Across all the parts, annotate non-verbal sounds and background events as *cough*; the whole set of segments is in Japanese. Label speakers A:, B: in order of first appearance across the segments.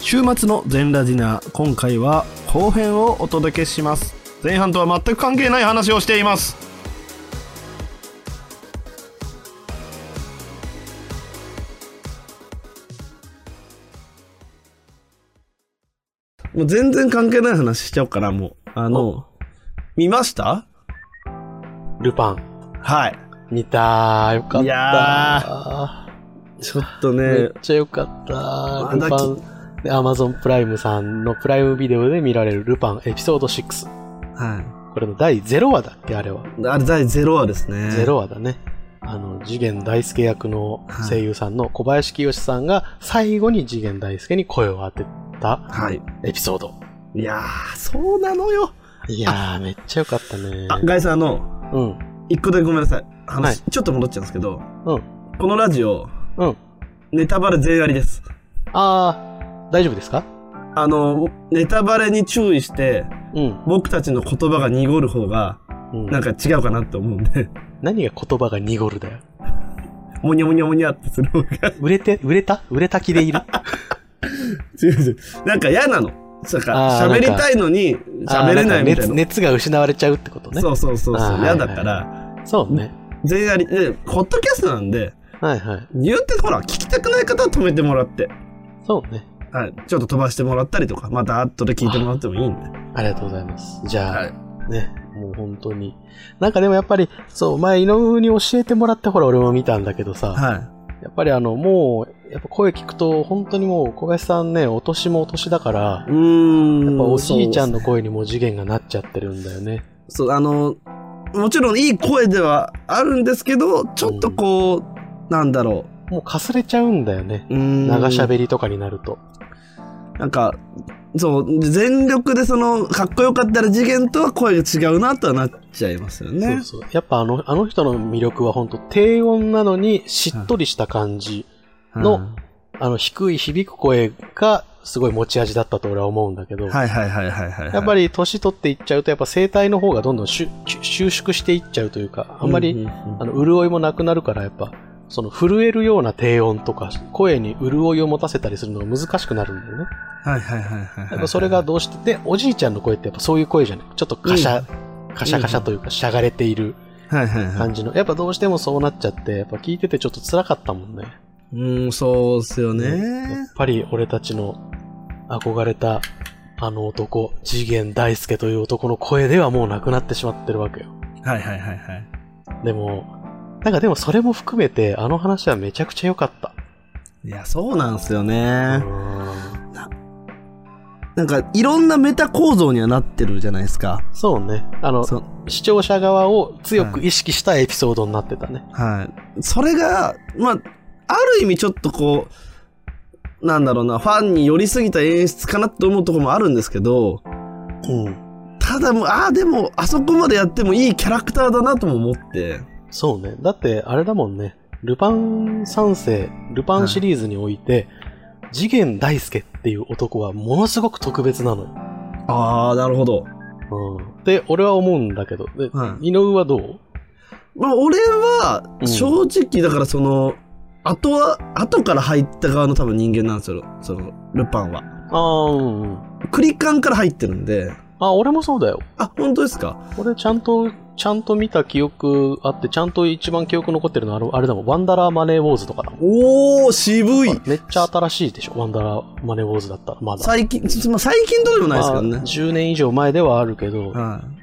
A: 週末の全ラジナー今回は後編をお届けします前半とは全く関係ない話をしていますもう全然関係ない話しちゃおうかなもうあの見ました
B: ルパン。
A: はい
B: 見たー。よかったー。
A: いやちょっと
B: め
A: ね
B: っちゃよかったー。
A: まだ
B: ル
A: き
B: パン。で、アマゾンプライムさんのプライムビデオで見られるルパンエピソード6。
A: は
B: これの第0話だっけあれは。
A: いあれ第0話ですね
B: 0話だね。あの、次元大介役の
A: はい
B: 声優さんの小林清志さんが最後に次元大介に声を当てた
A: はい
B: エピソード。
A: いやーそうなのよ
B: いやー、めっちゃよかったね。
A: あガイさんあの
B: うん。
A: 一個だけごめんなさい話、
B: はい
A: ちょっと戻っちゃうんですけど
B: うん。
A: このラジオ
B: うん。
A: ネタバレ全ありです
B: あー、大丈夫ですか
A: あのネタバレに注意して
B: うん。
A: 僕たちの言葉が濁る方が
B: うん、
A: なんか違うかなって思うんで
B: 何が言葉が濁るだよ。
A: モニャモニャモニャってする方が
B: 売れて、売れた売れた気でいる
A: 違う違うなんか嫌なのなんか
B: あー
A: 喋りたいのに
B: あ
A: *laughs*
B: ー
A: 喋れないみたい
B: んか熱
A: な
B: 熱が失われちゃうってことね。
A: そうそうそう
B: あ
A: そう
B: ー
A: 嫌だから
B: そうね。
A: 全ありでホットキャストなんで
B: はいはい。
A: 言ってほら聞きたくない方は止めてもらって
B: そうね。
A: はい、ちょっと飛ばしてもらったりとか、また後で聞いてもらってもいいんで。
B: ありがとうございます。じゃあ、
A: はい
B: ね、もう本当に。なんかでもやっぱり、そう、前、井上に教えてもらって、ほら、俺も見たんだけどさ、
A: は
B: やっぱりあの、もう、やっぱ声聞くと、本当にもう、小林さんね、お年もお年だから
A: い。、うーん。
B: やっぱおじいちゃん
A: の。
B: の声にもう次元がなっちゃってるんだよね。
A: そう、あの、もちろんいい声ではあるんですけど、ちょっとこう、なんだろ
B: もうかすれちゃうんだよね。
A: う。うーん。
B: 長喋りとかになると。
A: なんか、そう、全力でその、かっこよかったら次元とは声が違うなとはなっちゃいますよね。
B: そうそう。やっぱあの、あの人の魅力は本当低音なのに、しっとりした感じ、の
A: は
B: あの、低い響く声が、すごい持ち味だったと俺は思うんだけど、
A: い、はいはいはいはいはい。
B: やっぱ
A: り、
B: り年取っていっちゃうと、やっぱ声帯の方がどんどん収収縮していっちゃうというか、あんまり、
A: うんうん
B: あの、潤いもなくなるから、やっぱ、その震えるような低音とか、声に潤いを持たせたりするのが難しくなるんだよね。
A: はいはいはいはい。
B: やっぱそれが、どうして、で、おじいちゃんの声ってやっぱそういう声じゃないちょっとカシャ、カシャカシャというか、しゃがれている
A: はいはいはい。
B: 感じの、やっぱどうしてもそうなっちゃって、やっぱ聞いててちょっと辛かったもんね。
A: うーん、そうっすよ
B: や
A: ね
B: っ。ぱり俺たちの憧れたあの男、次元大介という男の声ではもうなくなってしまってるわけよ。
A: はいはいはいはい。
B: でも、なんかでもそれも含めてあの話はめちゃくちゃ良かった。
A: いや、そうなんですよ
B: う
A: ね。
B: ん
A: なんか、いろんなメタ構造にはなってるじゃないですか。
B: そうね。あの、
A: そ
B: 視聴者側を強く意識したエピソードになってたね。
A: はい。それが、まあ、ある意味ちょっとこう、なんだろうな、ファンに寄りすぎた演出かなって思うところもあるんですけど、
B: うん。
A: ただもう、ああ、でも、あそこまでやってもいいキャラクターだなとも思って。
B: そうね。だってあれだもんね。ルパン三世、ルパンシリーズにおいて、次元大介っていう男はものすごく特別なのよ。
A: ああ、なるほど。
B: うんで、俺は思うんだけど、で、
A: は
B: 井上はどう
A: まあ、俺は、
B: うん
A: 正直、だからその、後は、後から入った側の多分人間なんですよ、その、ルパンは。
B: ああ、うんうん。
A: クリカンから入ってるんで、
B: あ、俺もそうだよ。
A: あ、本当ですか
B: 俺ちゃんと、ちゃんと見た記憶あって、ちゃんと一番記憶残ってるのはあの、あれだもん、ワンダラーマネーウォーズとかだもん。
A: おー、渋い。
B: めっちゃ新しいでしょ、ワンダラーマネーウォーズだったら、まだ。
A: 最近、ちょまあ最近とでもないですけど
B: ま
A: ね。
B: あ10年以上前ではあるけど、
A: はい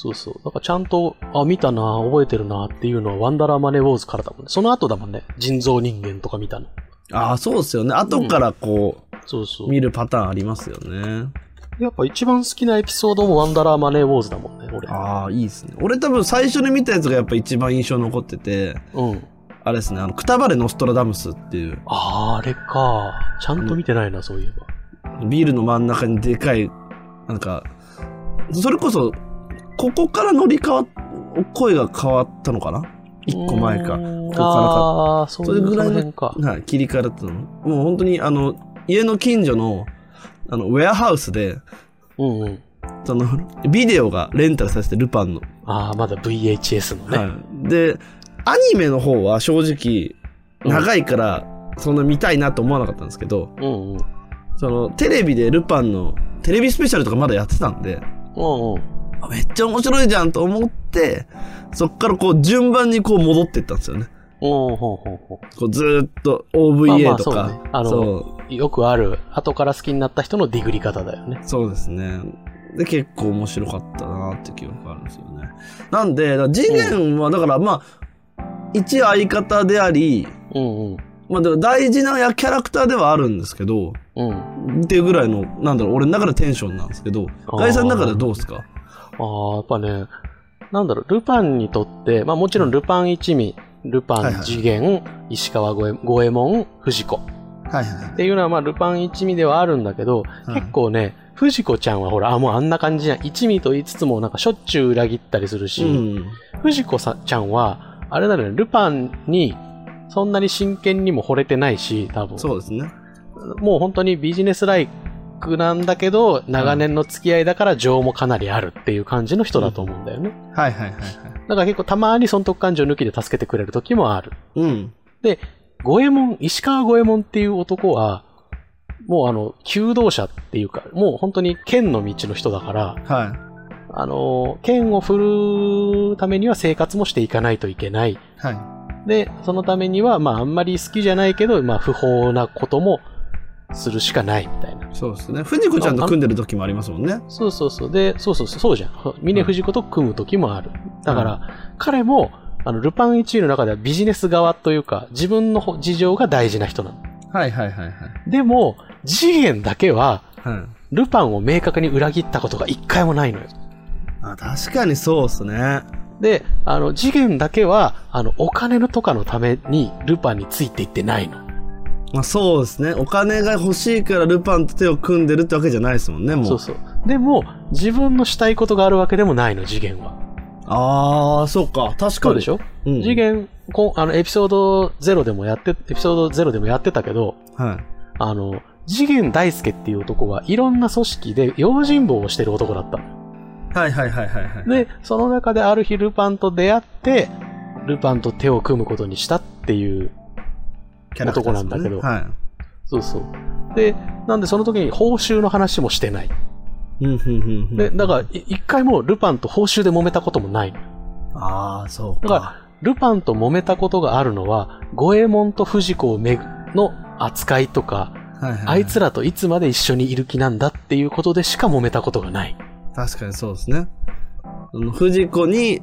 B: そうそう。だからちゃんと、あ、見たな、覚えてるなっていうのは、ワンダラーマネーウォーズからだもんね。その後だもんね、人造人間とか見たの。
A: ああ、そうですよね。後からこ、
B: そうそうう。
A: 見るパターンありますよね。
B: やっぱ一番好きなエピソードもワンダラーマネーウォーズだもんね、俺。
A: ああ、いいですね。俺多分最初に見たやつがやっぱ一番印象残ってて、
B: うん。
A: あれですね、あの、くたばれノストラダムスっていう、
B: あーあれか。ちゃんと見てないな、そういえば。
A: ビールの真ん中にでかい、なんか、それこそ、ここから乗り換わ、声が変わったのかな一個前か。
B: うーん
A: ここから
B: ああ、そ
A: そうれ
B: いう
A: ぐらい
B: この
A: の
B: 辺か。
A: はい、切り替えだったの。もう本当に、あの、家の近所の、あの、ウェアハウスで、
B: うんうん。
A: その、ビデオがレンタルさせて、ルパンの。
B: ああ、まだ VHS のね。
A: はい。で、アニメの方は正直、長いから、そんな見たいなと思わなかったんですけど、
B: うんうん。うん
A: その、テレビでルパンの、テレビスペシャルとかまだやってたんで、
B: うん。
A: あめっちゃ面白いじゃんと思って、そっからこう、順番にこう戻っていったんですよね。
B: おーほうほうほ
A: こう、ずーっと
B: まあま
A: OVA
B: あ
A: とか、
B: そうねあの
A: そう
B: う。よくある、後から好きになった人のディグリ方だよね。
A: そうですね。で、結構面白かったなって記憶があるんですよね。なんで、だから次元は、だからまあ、一相方であり、
B: うんうん。
A: まあ、だから大事なキャラクターではあるんですけど、
B: うん。
A: っていうぐらいの、なんだろう、俺の中でテンションなんですけど、
B: あー
A: ガイさんの中でどうですか
B: ああ、やっぱね、なんだろう、ルパンにとって、まあもちろんルパン一味、ル
A: は
B: パ
A: いは
B: ン
A: い
B: 次元、石川五右衛五右衛門、藤子。
A: はいは
B: っていうのは、まあ、ルパン一味ではあるんだけど、
A: はい
B: 結構ね、藤子ちゃんはほら、あ、もうあんな感じじゃん。一味と言いつつも、なんかしょっちゅう裏切ったりするし、
A: うん。
B: 藤子さんちゃんは、あれだね、ルパンに、そんなに真剣にも惚れてないし、多分。
A: そうですね。
B: もう本当にビジネスライクなんだけど、長年の付き合いだから情もかなりあるっていう感じの人だと思うんだよね。
A: はいはいはいはい。
B: だから結構たまに損得感情抜きで助けてくれる時もある。
A: うん。
B: 五右衛門、石川五右衛門っていう男は、もうあの、求道者っていうか、もう本当に剣の道の人だから、
A: は
B: あの、剣を振るためには生活もしていかないといけない。
A: い。は
B: で、そのためには、まああんまり好きじゃないけど、まあ不法なこともするしかないみたいな。
A: い。そうですね。藤子ちゃんと組んでる時もありますもんね。
B: そうそうそう。で、そうそうそう、そうじゃん。峰藤子と組む時もある。だから、彼も、あの、ルパン一位の中ではビジネス側というか、自分のほ事情が大事な人なの。
A: はいはいはいはい。
B: でも、次元だけは、
A: はい。
B: ルパンを明確に裏切ったことが一回もないのよ。
A: あ、確かにそうっすね。
B: で、あの、次元だけは、あの、お金のとかのために、ルパンについていってないの。
A: まあそうですね。お金が欲しいからルパンと手を組んでるってわけじゃないですもんね、もう。
B: そうそう。でも、自分のしたいことがあるわけでもないの、次元は。
A: ああ、そうか。確かに。
B: そうでし
A: ょ、
B: ょ、
A: うん、
B: 次。元、こあの、エピソード0でもやって、エピソード0でもやってたけど、
A: はい。
B: あの、次元大介っていう男はいろんな組織で用心棒をしてる男だった。
A: はいはいはいはいはい。
B: で、その中である日ルパンと出会って、ルパンと手を組むことにしたっていう。
A: キャラクターですもね
B: 男なんだけど
A: は
B: そうそう。で、なんでその時に報酬の話もしてない。
A: い。うん、うん、うん。
B: で、だから、い一回もルパンと報酬で揉めたこともない。だ
A: ら、ああ、そうか。
B: から、ルパンと揉めたことがあるのは、五右衛門と藤子をめぐの扱いとか、
A: はいはいはい、
B: あいつらといつまで一緒にいる気なんだっていうことでしか揉めたことがない。
A: 確かにそうですね。その藤子に、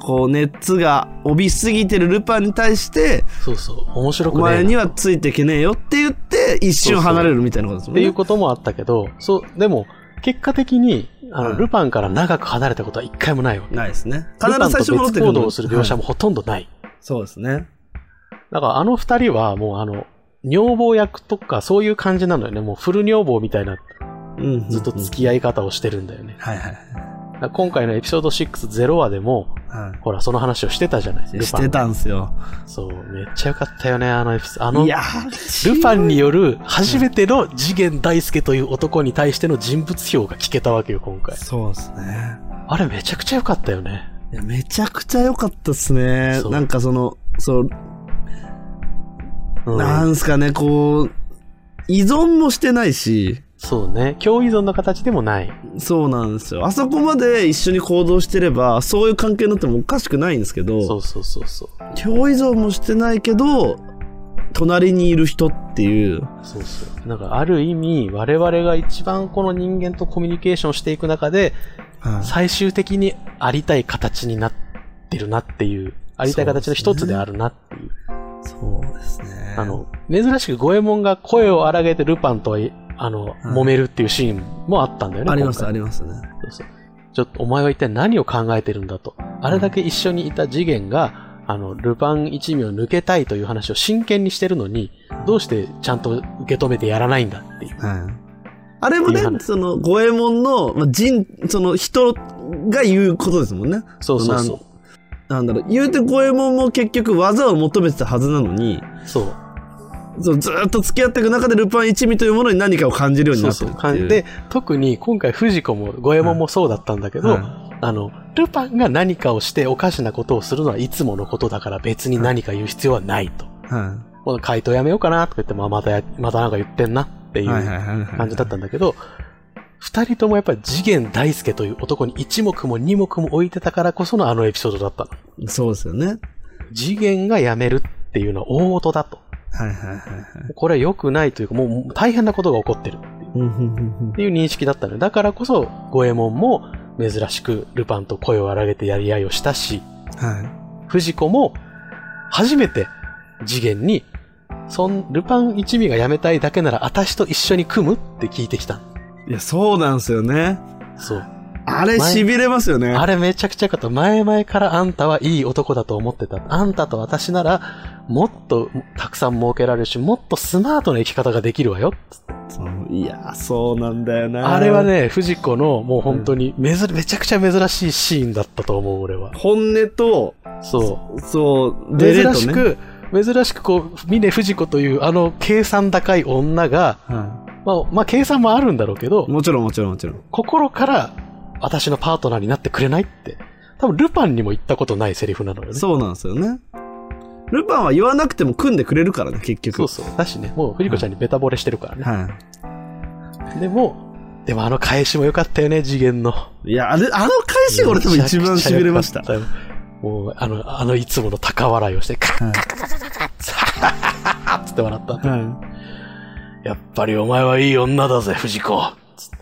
A: こう、熱が帯びすぎてるルパンに対して、
B: そうそう、面白
A: お
B: くな
A: 前
B: い。っ
A: にはついていけねえよって言って、一瞬離れるみたいなことですもん
B: て
A: ね。
B: いうこともあったけど、そう、でも、結果的に、あの、
A: はい
B: ルパンから長く離れたことは一回もないわけ。
A: ないですね。必
B: ル
A: ず
B: パン
A: 最初
B: と
A: 戻って
B: 別
A: くる
B: 行動をする描写
A: も、
B: もほとんどない。
A: はいそうですね。
B: だからあの二人はもうあの、女房役とかそういう感じなのよね。もうフル女房みたいな
A: うん
B: ずっと付き合い方をしてるんだよね。
A: はいはい
B: だから今回のエピソード6-0話でも、
A: は
B: ほら、その話をしてたじゃない
A: い。してたんすよ。
B: そう、めっちゃ良かったよね、あのエピソード。あの、
A: ー
B: ルパンによる初めての次元大介という男に対しての人物評が聞けたわけよ、今回。
A: そうですね。
B: あれめちゃくちゃ良かったよね。
A: いや、めちゃくちゃ良かったっすね
B: そ。う
A: なんかその、そう、
B: うん
A: なんすかね、こう、依存もしてないし、
B: そうね。共依存の形でもない。
A: そうなんですよ。あそこまで一緒に行動してれば、そういう関係になってもおかしくないんですけ
B: そ
A: ど、
B: うそうそうそう。
A: 共依存もしてないけど、隣にいる人っていう、
B: そうそう。なんかある意味、我々が一番この人間とコミュニケーションしていく中で、最終的にありたい形になってるなっていう、ありたい形の一つであるなっていう。
A: そうですね。
B: あの、珍しく五右衛門が声を荒げてルパンとは、あの、
A: うん
B: 揉めるっていうシーンもあったんだよね。
A: あります
B: 今
A: あ
B: 回
A: りますね。
B: そうそうちょっとお前は一体何を考えてるんだと。あれだけ一緒にいた次元が、あの、ルパン一味を抜けたいという話を真剣にしてるのに、どうしてちゃんと受け止めてやらないんだっていう。
A: はい。あれもね
B: っていう、話
A: その、五右衛門の、まあ、人、その人が言うことですもんね。
B: そうそうそう。
A: なんだろう、言うて五右衛門も結局技を求めてたはずなのに、
B: そう。
A: そうずーっと付き合っていく中でルパン一味というものに何かを感じるように
B: そ
A: な
B: う
A: って
B: そ
A: る
B: う
A: っていう。
B: 感じで、特に今回、藤子も五右衛門もそうだったんだけど、
A: はい
B: あの、ルパンが何かをしておかしなことをするのはいつものことだから別に何か言う必要はないと。
A: は
B: この回答やめようかなとか言って、まあ、またや、またなんか言ってんなってい
A: い。
B: う
A: はいはいはいはい。
B: 感じだったんだけど、二人ともやっぱり次元大介という男に一目も二目も置いてたからこそのあのエピソードだったの。
A: そうですよね。
B: 次元が辞めるっていうのは大事だと。
A: はいはいはいはい。
B: これは良くないというか、もうもう大変なことが起こってる。
A: うんうんうんうん
B: っていう認識だったのよだからこそ、五右衛門も珍しくルパンと声を荒げてやり合いをしたし、
A: は
B: 藤子も初めて次元に、そん、ルパン一味が辞めたいだけなら私と一緒に組むって聞いてきたの。
A: い。いや、そうなんですよね。
B: そう。
A: あれ、
B: 前
A: 痺れますよね。
B: *laughs* あれめちゃくちゃよかった。前々からあんたはいい男だと思ってた。あんたと私なら、もっとたくさん儲けられるし、もっとスマートな生き方ができるわよ。
A: そういや、そうなんだよな。
B: あれは。ね、藤子のもう本当にめず、めちゃくちゃ珍しいシーンだったと思う、俺は。
A: 本音と、
B: そう。
A: そう、デレと
B: 珍
A: ね。
B: しく、珍しくこう、峰不二子というあの計算高い女が、
A: は
B: まあ、まあ計算もあるんだろうけど
A: い。、もちろんもちろんもちろん。
B: 心から私のパートナーになってくれないって、多分ルパンにも言ったことないセリフなのよね。
A: そうなんですよね。ルパンは言わなくても組んでくれるからね、結局。
B: そうそうだしね、もう藤子ちゃんにベタ惚れしてるからね。
A: は
B: でも、でもあの返しも良かったよね、次元の。
A: い。いや、あれ、あの返しが俺多分一番痺れました
B: め。ちゃくちゃ良かったよもう、あの、あのいつもの高笑いをして、カッカッカッカッカッカッツハハハハハつって笑った。
A: は
B: やっぱりお前はいい女だぜ、藤子。つって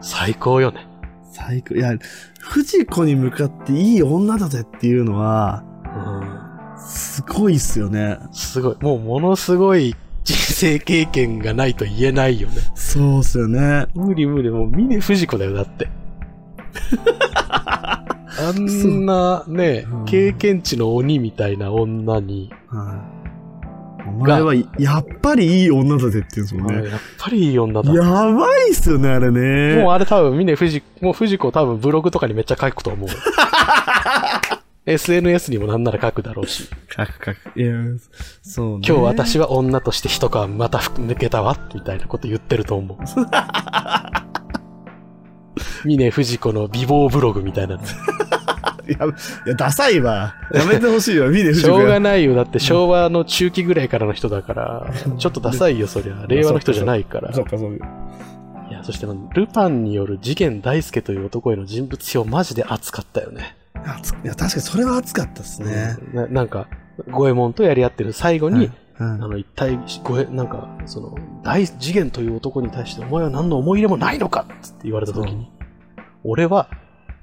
B: 最高よね。
A: い。最高。いや、藤子に向かっていい女だぜっていうのは、
B: うん。
A: すごいっすよね。
B: すごい。もうものすごい人生経験がないと言えないよね。
A: そうっすよね。
B: 無理無理。もう峰藤子だよ、
A: *laughs*
B: だって。あんなね
A: うん、
B: 経験値の鬼みたいな女に、
A: はい。お前は、やっぱりいい女だぜって言うんですもんね。
B: やっぱりいい女だ。
A: やばいっすよね、あれね。
B: もうあれ多分、峰藤子、もう藤子多分ブログとかにめっちゃ書く
A: *laughs*
B: と思う。SNS にもなんなら書くだろうし。
A: カクカク。いや、そうね。
B: 今日私は女として一皮また抜けたわ、みたいなこと言ってる
A: *laughs*
B: と思う。峰藤子の美貌ブログみたいなの。し
A: いや、いやダサいわ。やめてほしいわ、見 *laughs* ね、藤
B: ょ
A: 子
B: う
A: が
B: が。ないよ。だって昭和の中期ぐらいからの人
A: *laughs*
B: だから、ちょっとダサいよ、そりゃ。令和の人じゃないから。
A: そうか、そう
B: いや、そしてあの、ルパンによる次元大介という男への人物評、マジで熱かったよね。
A: 熱いや、確かにそれは熱かったですね。
B: ななんか、五右衛門とやり合ってる最後に、
A: うん
B: あの、一体、ごえ、なんか、その、大次元という男に対して、お前は何の思い入れもないのかつって言われた時に、俺は、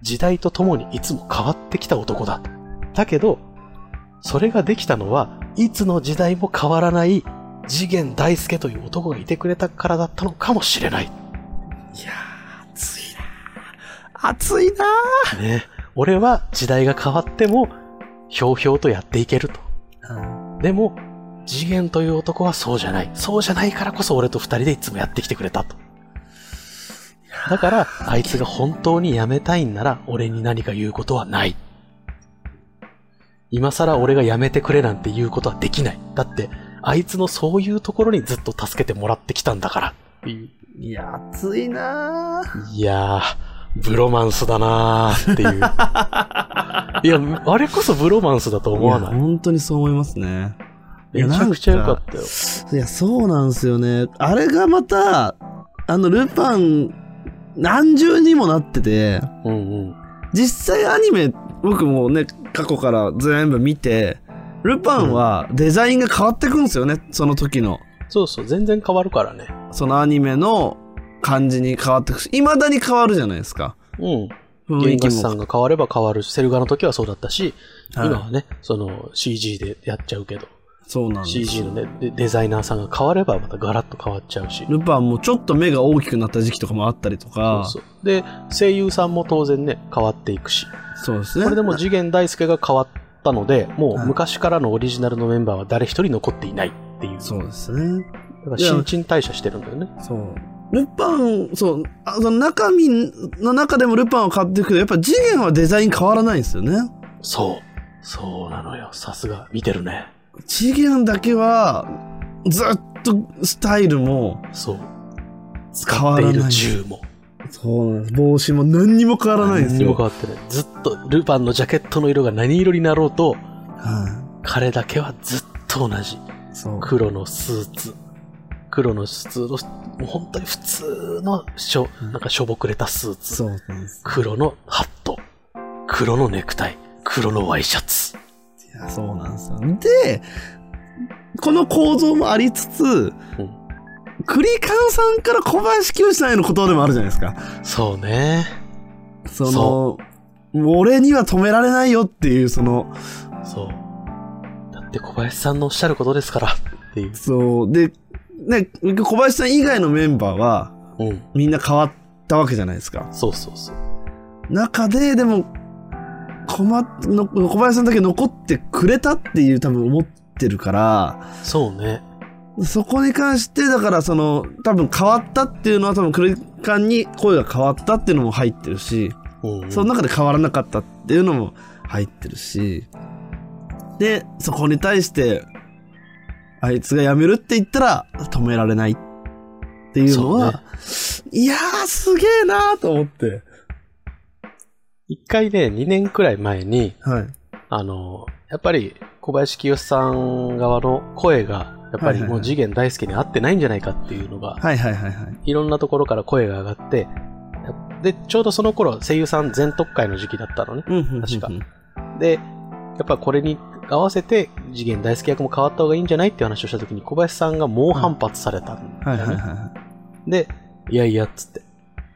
B: 時代とともにいつも変わってきた男だ。だけど、それができたのは、いつの時代も変わらない、次元大介という男がいてくれたからだったのかもしれない。
A: いやー、熱いなー。熱いな
B: ね。俺は時代が変わっても、ひょうひょうとやっていけると。
A: ー。
B: でも、次元という男はそうじゃない。そうじゃないからこそ俺と二人でいつもやってきてくれたと。だから、あいつが本当に辞めたいんなら、俺に何か言うことはない。今更俺が辞めてくれなんて言うことはできない。だって、あいつのそういうところにずっと助けてもらってきたんだから。
A: いや、熱いなー。
B: いやー、ブロマンスだなーっていう。
A: *laughs*
B: いや、あれこそブロマンスだと思わ
A: いや
B: ない。
A: 本当にそう思いますね。いや
B: めちゃくちゃ良かったよ。
A: いや、そうなんですよね。あれがまた、あの、ルパン、何重にもなってて、
B: うんうん。
A: 実際アニメ、僕もね、過去から全部見て、ルパンはデザインが変わってくんですよね、その時の。
B: そうそう、全然変わるからね。
A: そのアニメの感じに変わってくし、いまだに変わるじゃないですか。
B: うん。
A: 雰
B: 原
A: 囲気
B: 画師さ
A: も。
B: んが変われば変わるし、セルガの時はそうだったし、
A: はい
B: 今はね、その CG でやっちゃうけど、
A: そうなんです。
B: CG のね、でデザイナーさんが変わればまたガラッと変わっちゃうし。
A: ルパンもちょっと目が大きくなった時期とかもあったりと
B: そ
A: か
B: う。そう。で、声優さんも当然ね、変わっていくし。
A: そうですね。
B: これでもう次元大介が変わったので、も
A: は
B: う
A: い
B: 昔からのオリジナルのメンバーは誰一人残っていないっていう。
A: そうですね。
B: だから新陳代謝してるんだよね。
A: そう。ルパン、そう、あその中身の中でもルパンを買っていくけど、やっぱ次元はデザイン変わらないんですよね。
B: そう。そうなのよ。さすが。見てるね。
A: 次元だけは、ずっとスタイルも
B: そう。
A: 変わ
B: って
A: ら
B: い
A: な
B: る
A: い。
B: 銃も。
A: そうなんです。帽子も何にも変わらないんです
B: 何にも変
A: よ。
B: わってない。ずっと、ルパンのジャケットの色が何色になろうと、
A: は
B: 彼だけはずっと同じ。
A: い。そう。
B: 黒のスーツ。黒の普通の、もう本当に普通のしょ、
A: うん
B: なんかしょぼくれたスーツ。
A: そうなんです。
B: 黒のハット。黒のネクタイ。黒のワイシャツ。
A: いやそうなんですよ。で、この構造もありつつ、クリカンさんから小林清志さんへの言葉でもあるじゃないですか。
B: そうね。
A: その、
B: そ
A: 俺には止められないよっていう、その、
B: そう。だって小林さんのおっしゃることですから。っていう。
A: そう、で、ね、小林さん以外のメンバーは、
B: うん。
A: みんな変わったわけじゃないですか。
B: そうそうそう。
A: 中で、でも、困っの小林さんだけ残ってくれたっていう多分思ってるから、
B: そうね。
A: そこに関して、だからその、多分変わったっていうのは多分クリカンに声が変わったっていうのも入ってるし、
B: うん、うん。
A: その中で変わらなかったっていうのも入ってるし、で、そこに対して、あいつが辞めるって言ったら止められないっていうのは、いやーすげえなーと思って。
B: 一回ね、2年くらい前に、
A: はい。
B: あの、やっぱり小林清志さん側の声が、やっぱ
A: はいは
B: り
A: い
B: も
A: は
B: う
A: い
B: 次元大輔に合ってないんじゃないかっていうのが、
A: はいはいはいはい。
B: いろんなところから声が上がって、で、ちょうどその頃声優さん全特会の時期だったのね。
A: うんうんうんうん
B: 確かで、やっぱこれに合わせて次元大輔役も変わった方がいいんじゃないって話をした時に小林さんが猛反発されたんだ
A: は
B: よ
A: いは
B: ね。
A: いはい。
B: で、いやいやっつって、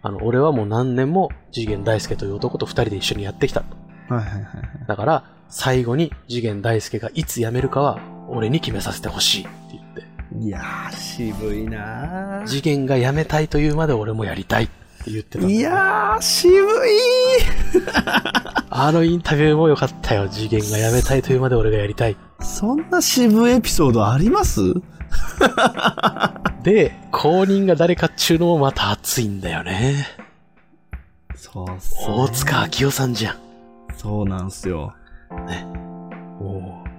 B: あの、俺はもう何年も次元大輔という男と二人で一緒にやってきた。
A: はいはいはいはい。
B: だから、最後に次元大輔がいつ辞めるかは、俺に決めさせてほしいって言って、
A: いやー渋いなー
B: 次元が辞めたいというまで俺もやりたいって言ってた。
A: いやー渋い
B: あのインタビューも良かったよ。次元が辞めたいというまで俺がやりたい。
A: ーそんな渋いエピソードあります
B: で、後任が誰かっちゅうのもまた熱いんだよね。
A: そうっすね
B: 大塚明夫さんじゃん。
A: そうなんすよ。
B: もう、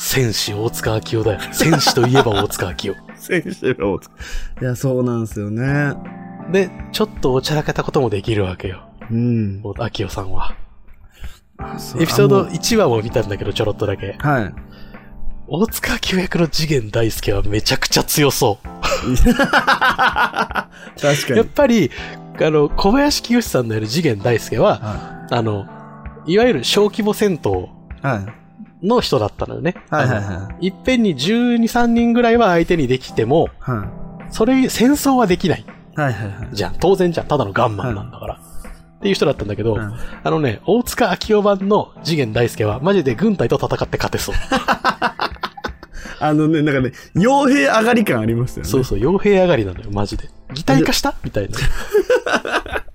B: 戦士大塚明夫だよ。戦士といえば大塚明夫。
A: 選手が大塚。いや、そうなんですよね。
B: で、ちょっとおちゃらけたこともできるわけよ。
A: うん。
B: 明夫さんは。
A: エ
B: エピソード1話も見たんだけど、ちょろっとだけ。
A: はい。
B: 大塚清役の次元大介はめちゃくちゃ強そ
A: 確か
B: う。やっ。ぱり、あの、小林清さんのやる次元大介は、
A: は
B: あの、いわゆる小規模戦闘
A: い。はい。
B: の人だったのよね。
A: はいはい
B: あの
A: はい
B: っぺんに12、3人ぐらいは相手にできても、
A: は
B: それ、戦争はできない
A: い。はいはいはい。
B: じゃん。当然じゃん。ただのガンマンなんだから。っていう人だったんだけど、
A: うん
B: あのね、大塚明夫版の次元大介は、マジで軍隊と戦って勝てそう。
A: あのね、なんかね、傭兵上がり感ありましたよね。
B: そうそう、傭兵上がりなのよ、マジで。擬態化したみたいな。 *laughs*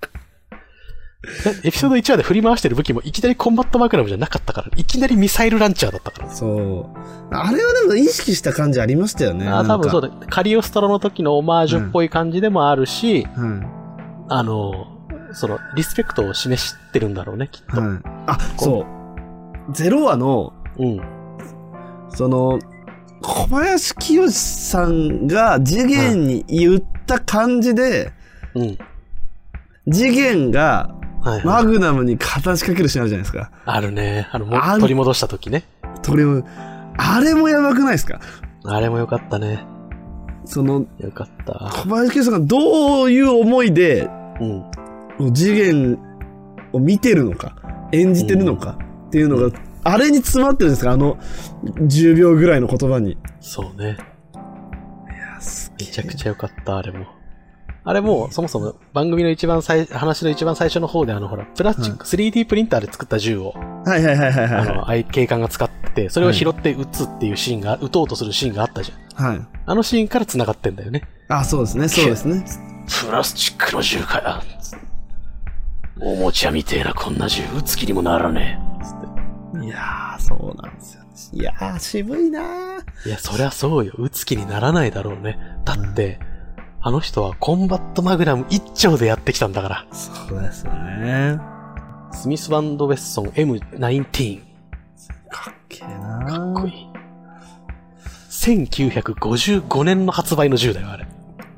B: えエピソード1話で振り回してる武器もいきなりコンバットマグナムじゃなかったから、いきなりミサイルランチャーだったから。
A: そう。あれはでも意識した感じありましたよね。
B: あー多分そう
A: だ。
B: だ。カリオストロの時のオマージュっぽい感じでもあるし、
A: はい。
B: あの、その、リスペクトを示してるんだろうね、きっと。
A: はい。あ、そう。ゼロ話の、
B: うん。
A: その、小林清志さんが次元に言った感じで、
B: うん。
A: 次元が
B: はい、
A: *laughs*
B: はい
A: マグナムに話しかけるシーンあるじゃないですか。
B: あるね。あの、も
A: あん
B: 取り戻した時ね。
A: 鳥も、あれもやばくないですか
B: あれもよかったね。
A: その、
B: よかった。
A: 小林清志さんがどういう思いで、
B: うん。
A: 次元を見てるのか、演じてるのかっていうのが、あれに詰まってるんですかあの、10秒ぐらいの言葉に。い
B: そうね。
A: や、す
B: めちゃくちゃ良かった、あれも。あれも、そもそも番組の一番最、話の一番最初の方で、あの、ほら、プラスチック、3D プリンターで作った銃を、
A: はいはいはいはい
B: あ
A: はい。
B: の、あい警官が使ってて、それを拾って撃つっていうシーンが、撃とうとするシーンがあったじゃん。
A: はい。
B: あのシーンから繋がってんだよね。
A: あ、そうですね、そうですね。
B: プラスチックの銃かよ。おもちゃみてえなこんな銃、撃つ気にもならねえ。つっ
A: いやー、そうなんですよ。いやー、渋いなー。
B: ていや、そりゃそうよ。撃つ気にならないだろうね。だって、あの人はコンバットマグナム一丁でやってきたんだから。
A: そうですね。
B: スミス・バンド・ウェッソン M19。
A: かっけえな
B: かっこいい。1955年の発売の銃だよ、あれ。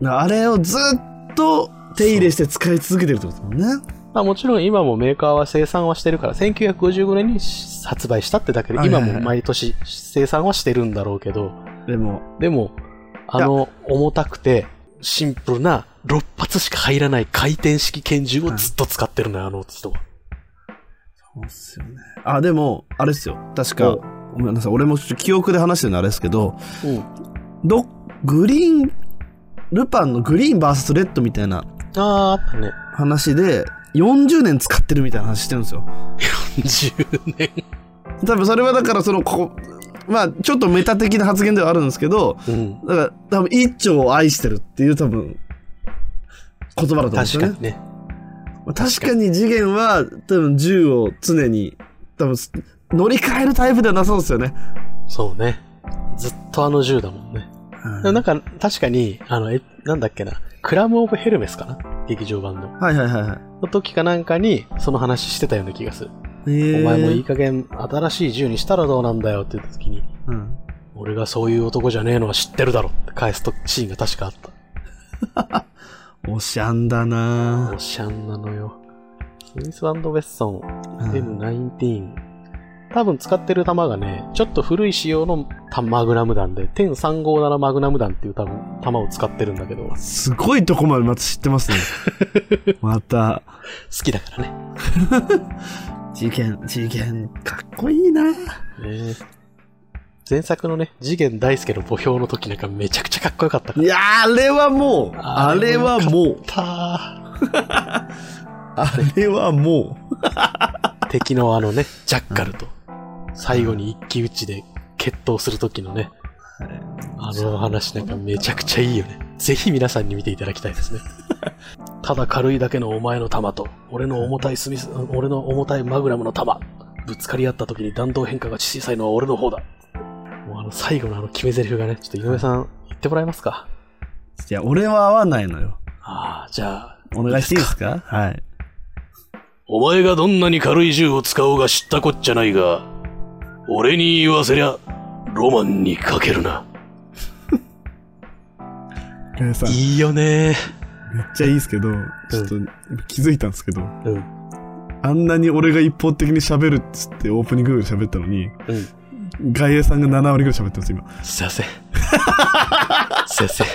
A: あれをずっと手入れして使い続けてるってことだもんね。
B: まあもちろん今もメーカーは生産はしてるから、1955年に発売したってだけで、
A: はいは
B: 今
A: いはい
B: も毎年生産はしてるんだろうけど、
A: でも、
B: でも、あの、重たくて、シンプルな6発しか入らない回転式拳銃をずっと使ってるのよ、あの人は。
A: そうっすよね。あ、でも、あれっすよ。確か、ごめんなさい。俺もちょっと記憶で話してるのあれですけど、
B: うん。
A: ど、グリーン、ルパンのグリーン VS レッドみたいな
B: ああ、あったね。
A: 話で、40年使ってるみたいな話してるんですよ。
B: 10年。
A: 多分それはだから、その、ここ、まあ、ちょっとメタ的な発言ではあるんですけど、
B: うん。
A: だから、多分、一丁を愛してるっていう、多分、言葉だと思うんです
B: 確
A: よ
B: か
A: ね。
B: にね。
A: まあ確かに次元は多分銃を常に多分す乗り換えるタイプではなそうですよね。
B: そうね。ずっとあの銃だもんね。でもなんか、確かに、あの、え、なんだっけな。クラム・オブ・ヘルメスかな劇場版の。
A: はいはいはいはい。
B: の時かなんかに、その話してたような気がする。
A: えー
B: お前もいい加減、新しい銃にしたらどうなんだよって言った時に、
A: うん
B: 俺がそういう男じゃねえのは知ってるだろって返すとシーンが確かあった。
A: おしゃんだな
B: おしゃんなのよ。スミスウェッソン
A: ぁ
B: M19。多分使ってる弾がね、ちょっと古い仕様の弾マグナム弾で、1 3 5 7マグナム弾っていう多分弾を使ってるんだけど、好
A: すごいとこまでまた知って *laughs* ますね。また。
B: きだからね。
A: 次元、次元、かっこいいなぁ
B: ねえ前作のね、次元大介の墓標の時なんかめちゃくちゃかっこよかったか
A: い
B: ら。
A: やあれはもう、あれはもう、
B: た
A: あれはもう、
B: ー敵のあのね、ジャッカルと、最後に一騎打ちで決闘する時のね、あの話なんかめちゃくちゃいいよね。ぜひ皆さんに見ていただきた
A: *laughs*
B: いですね。ただ軽いだけのお前の弾と、俺の重たいスミス、俺の重たいマグラムの弾、ぶつかり合った時に弾道変化が小さいのは俺の方だ。もうあの最後のあの決め台詞がね、ちょっと井上さん言ってもらえますか
A: いや、俺は合わないのよ。
B: ああ、じゃあ、
A: お願いしていいですかはい。
B: お前がどんなに軽い銃を使おうが知ったこっちゃないが、俺に言わせりゃ、ロマンにかけるな。
A: めっ
B: いいよね
A: ちゃいいですけど、
B: ちょっと
A: 気づいたんですけど、
B: うん。
A: あんなに俺が一方的に喋るっつってオープニングで喋ったのに、
B: うん。
A: 外衛さんが7割ぐらい喋ってます、今。
B: すいませ *laughs* ん。すいません。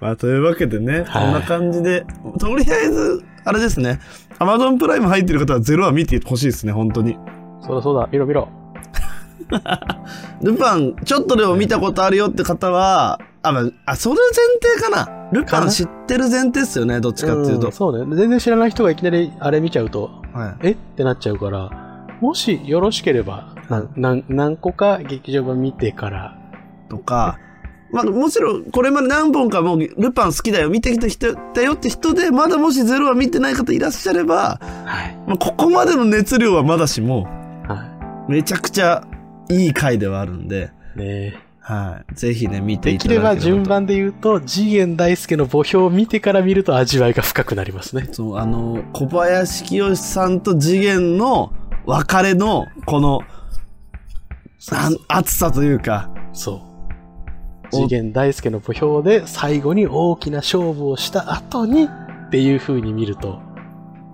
A: まあ、というわけでね、
B: はい
A: こんな感じで、とりあえず、あれですね、Amazon プライム入ってる方はゼロは見てほしいですね、本当に。
B: そうだそうだ、見ろ見ろ。
A: ルパン、ちょっとでも見たことあるよって方は、あ、まあ、あそれ前提かな。ル
B: か
A: パン
B: な
A: 知ってる前提っすよね、どっちかっていうと。
B: そうね。全然知らない人がいきなりあれ見ちゃうと、
A: はい。
B: えってなっちゃうから、もしよろしければ、なんなん何個か劇場版見てから、
A: とか、まあ、もちろん、これまで何本かもう、ルパン好きだよ、見てきた人だよって人で、まだもしゼロは見てない方いらっしゃれば、
B: はい。
A: まあ、ここまでの熱量はまだしも、
B: は
A: めちゃくちゃいい回ではあるんで、
B: い。ねえ
A: はい。ぜひね、見て
B: で
A: いた
B: き
A: だけ
B: れ
A: れば
B: ば
A: と
B: 順。番で言うと、次元大介の墓標を見てから見ると味わいが深くなりますね。
A: そう、あの、小林清志さんと次元の別れの、この、なん熱さというか、
B: そう。次元大介の墓標で最後に大きな勝負をした後にっていう風に見ると、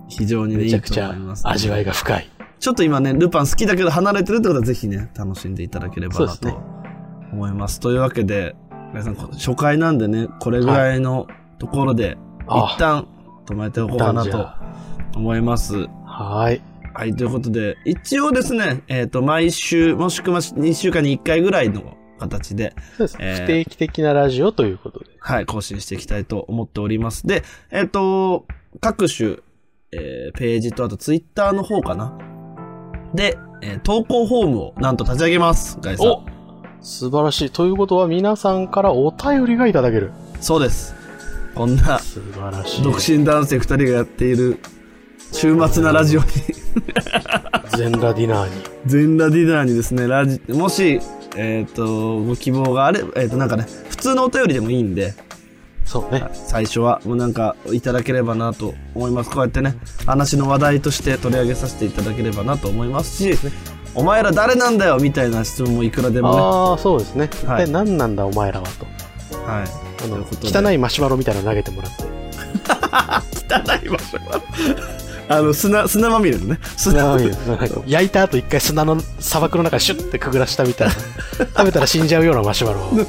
A: 非常にね、
B: め
A: い
B: ちゃ
A: い
B: く
A: と
B: ち
A: 思
B: ゃ
A: います、
B: 味わいが深い。
A: ちょっと今ね、ルパン好きだけど離れてるってことは、ぜひね、楽しんでいただければな
B: そうです
A: と思います。というわけで、皆さん、こ初回なんでね、これぐらいのところで、一旦止めておこうかな
B: 一旦じ
A: と
B: ゃ
A: 思います。
B: あはーい。
A: はい、ということで、一応ですね、えっ、と、毎週、もしくは2週間に1回ぐらいの形で、
B: そうです、
A: えー
B: 不定期的なラジオということで。
A: はい、更新していきたいと思っております。で、えっ、と、各種、えーページと、あと、ツイッターの方かな。で、えー投稿フォームをなんと立ち上げます、ガイさん。
B: お素晴らしい。ということは皆さんからお便りがいただける。
A: そうです。こんな、
B: 素晴らしい。
A: 独身男性2人がやっている、週末なラジオに、 *laughs*
B: 全裸ディナーに。
A: 全裸ディナーにですね、ラジ、もし、えっ、と、ご希望があれ、えっ、と、なんかね、普通のお便りでもいいんで、
B: そうね。
A: 最初はもうなんかいただければなと思いますこうやってね話の話題として取り上げさせていただければなと思いますしお前ら誰なんだよみたいな質問もいくらでも
B: ああ、そうですね。一
A: はい
B: 体何なんだお前らはと。
A: ねはい
B: あの、
A: ということで
B: 汚いマシュマロみたいなの投げてもらって。
A: 汚い場所は *laughs* あの砂砂まみれのね砂まみれ
B: なんか焼いた後一回砂の砂漠の中にシュッてくぐらしたみたいな。食べたら死んじゃうようなマシュマロを。
A: *laughs*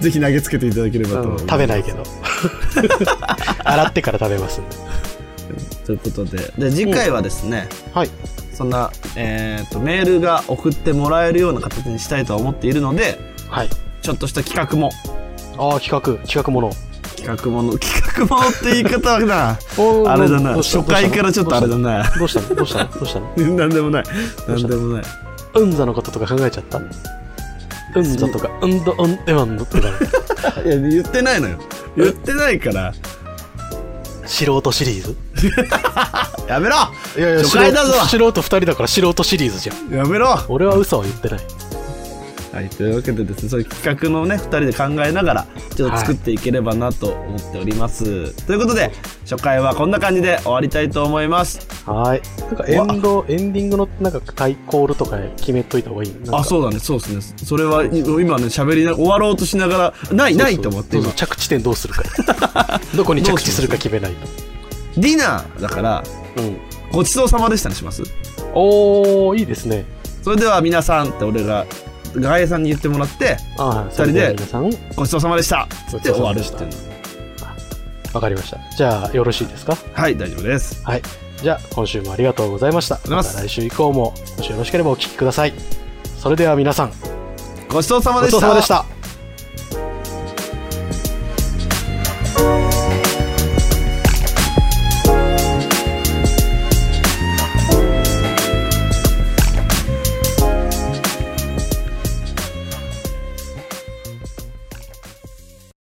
A: ぜひ投げつけていただければと思います、
B: 食べないけど洗ってから食べますんで
A: ということでで次回はですね、
B: はい
A: そんな、えー、とメールが送ってもらえるような形にしたいとは思っているので
B: はい
A: ちょっとした企画も
B: ああ企画企画もの
A: 企画もの企画ものって言い方はなあれだな初回からちょっとあれだな *laughs*
B: どうしたのどうしたのどうしたの
A: 何でもない何でもない
B: うんざのこととか考えちゃったうんざとかうんどうんでわんどってなる
A: いや言ってないのよ言ってないから
B: 素人シリーズ
A: やめろ
B: いやいや
A: 初回だぞ
B: 素人素人2人だから素人シリーズじゃん
A: やめろは
B: 俺は嘘は言ってない
A: いというわけでですねそういう企画のね2人で考えながらちょっと作っていければなと思っております、ということで初回はこんな感じで終わりたいと思います
B: はいなんかエンドエンディングのなんかタイコールとか決めといた方がいいなんか
A: あそうだねそうですねそれはい今ね喋りな終わろうとしながらないないと思って
B: どう
A: 今
B: ぞ着地点どうするか
A: *laughs*
B: どこに着地するか決めない
A: ディナーだから
B: とうん
A: ごちそうさまでしたにします
B: おーいいですね
A: それでは皆さんって俺がガエさんに言ってもらって
B: ああ、
A: 人で
B: 皆さん、
A: ごちそうさまでしたっつって終わるっていうの
B: わかりました。じゃあ、よろしいですか
A: はい大丈夫です
B: はい。じゃあ、今週もありがとうございました。
A: りがとうございます
B: 来週以降も、もしよろしければお聞きください。それでは皆さん、
A: ごちそうさま
B: ご
A: で
B: ち
A: し
B: そう
A: た
B: さまでした。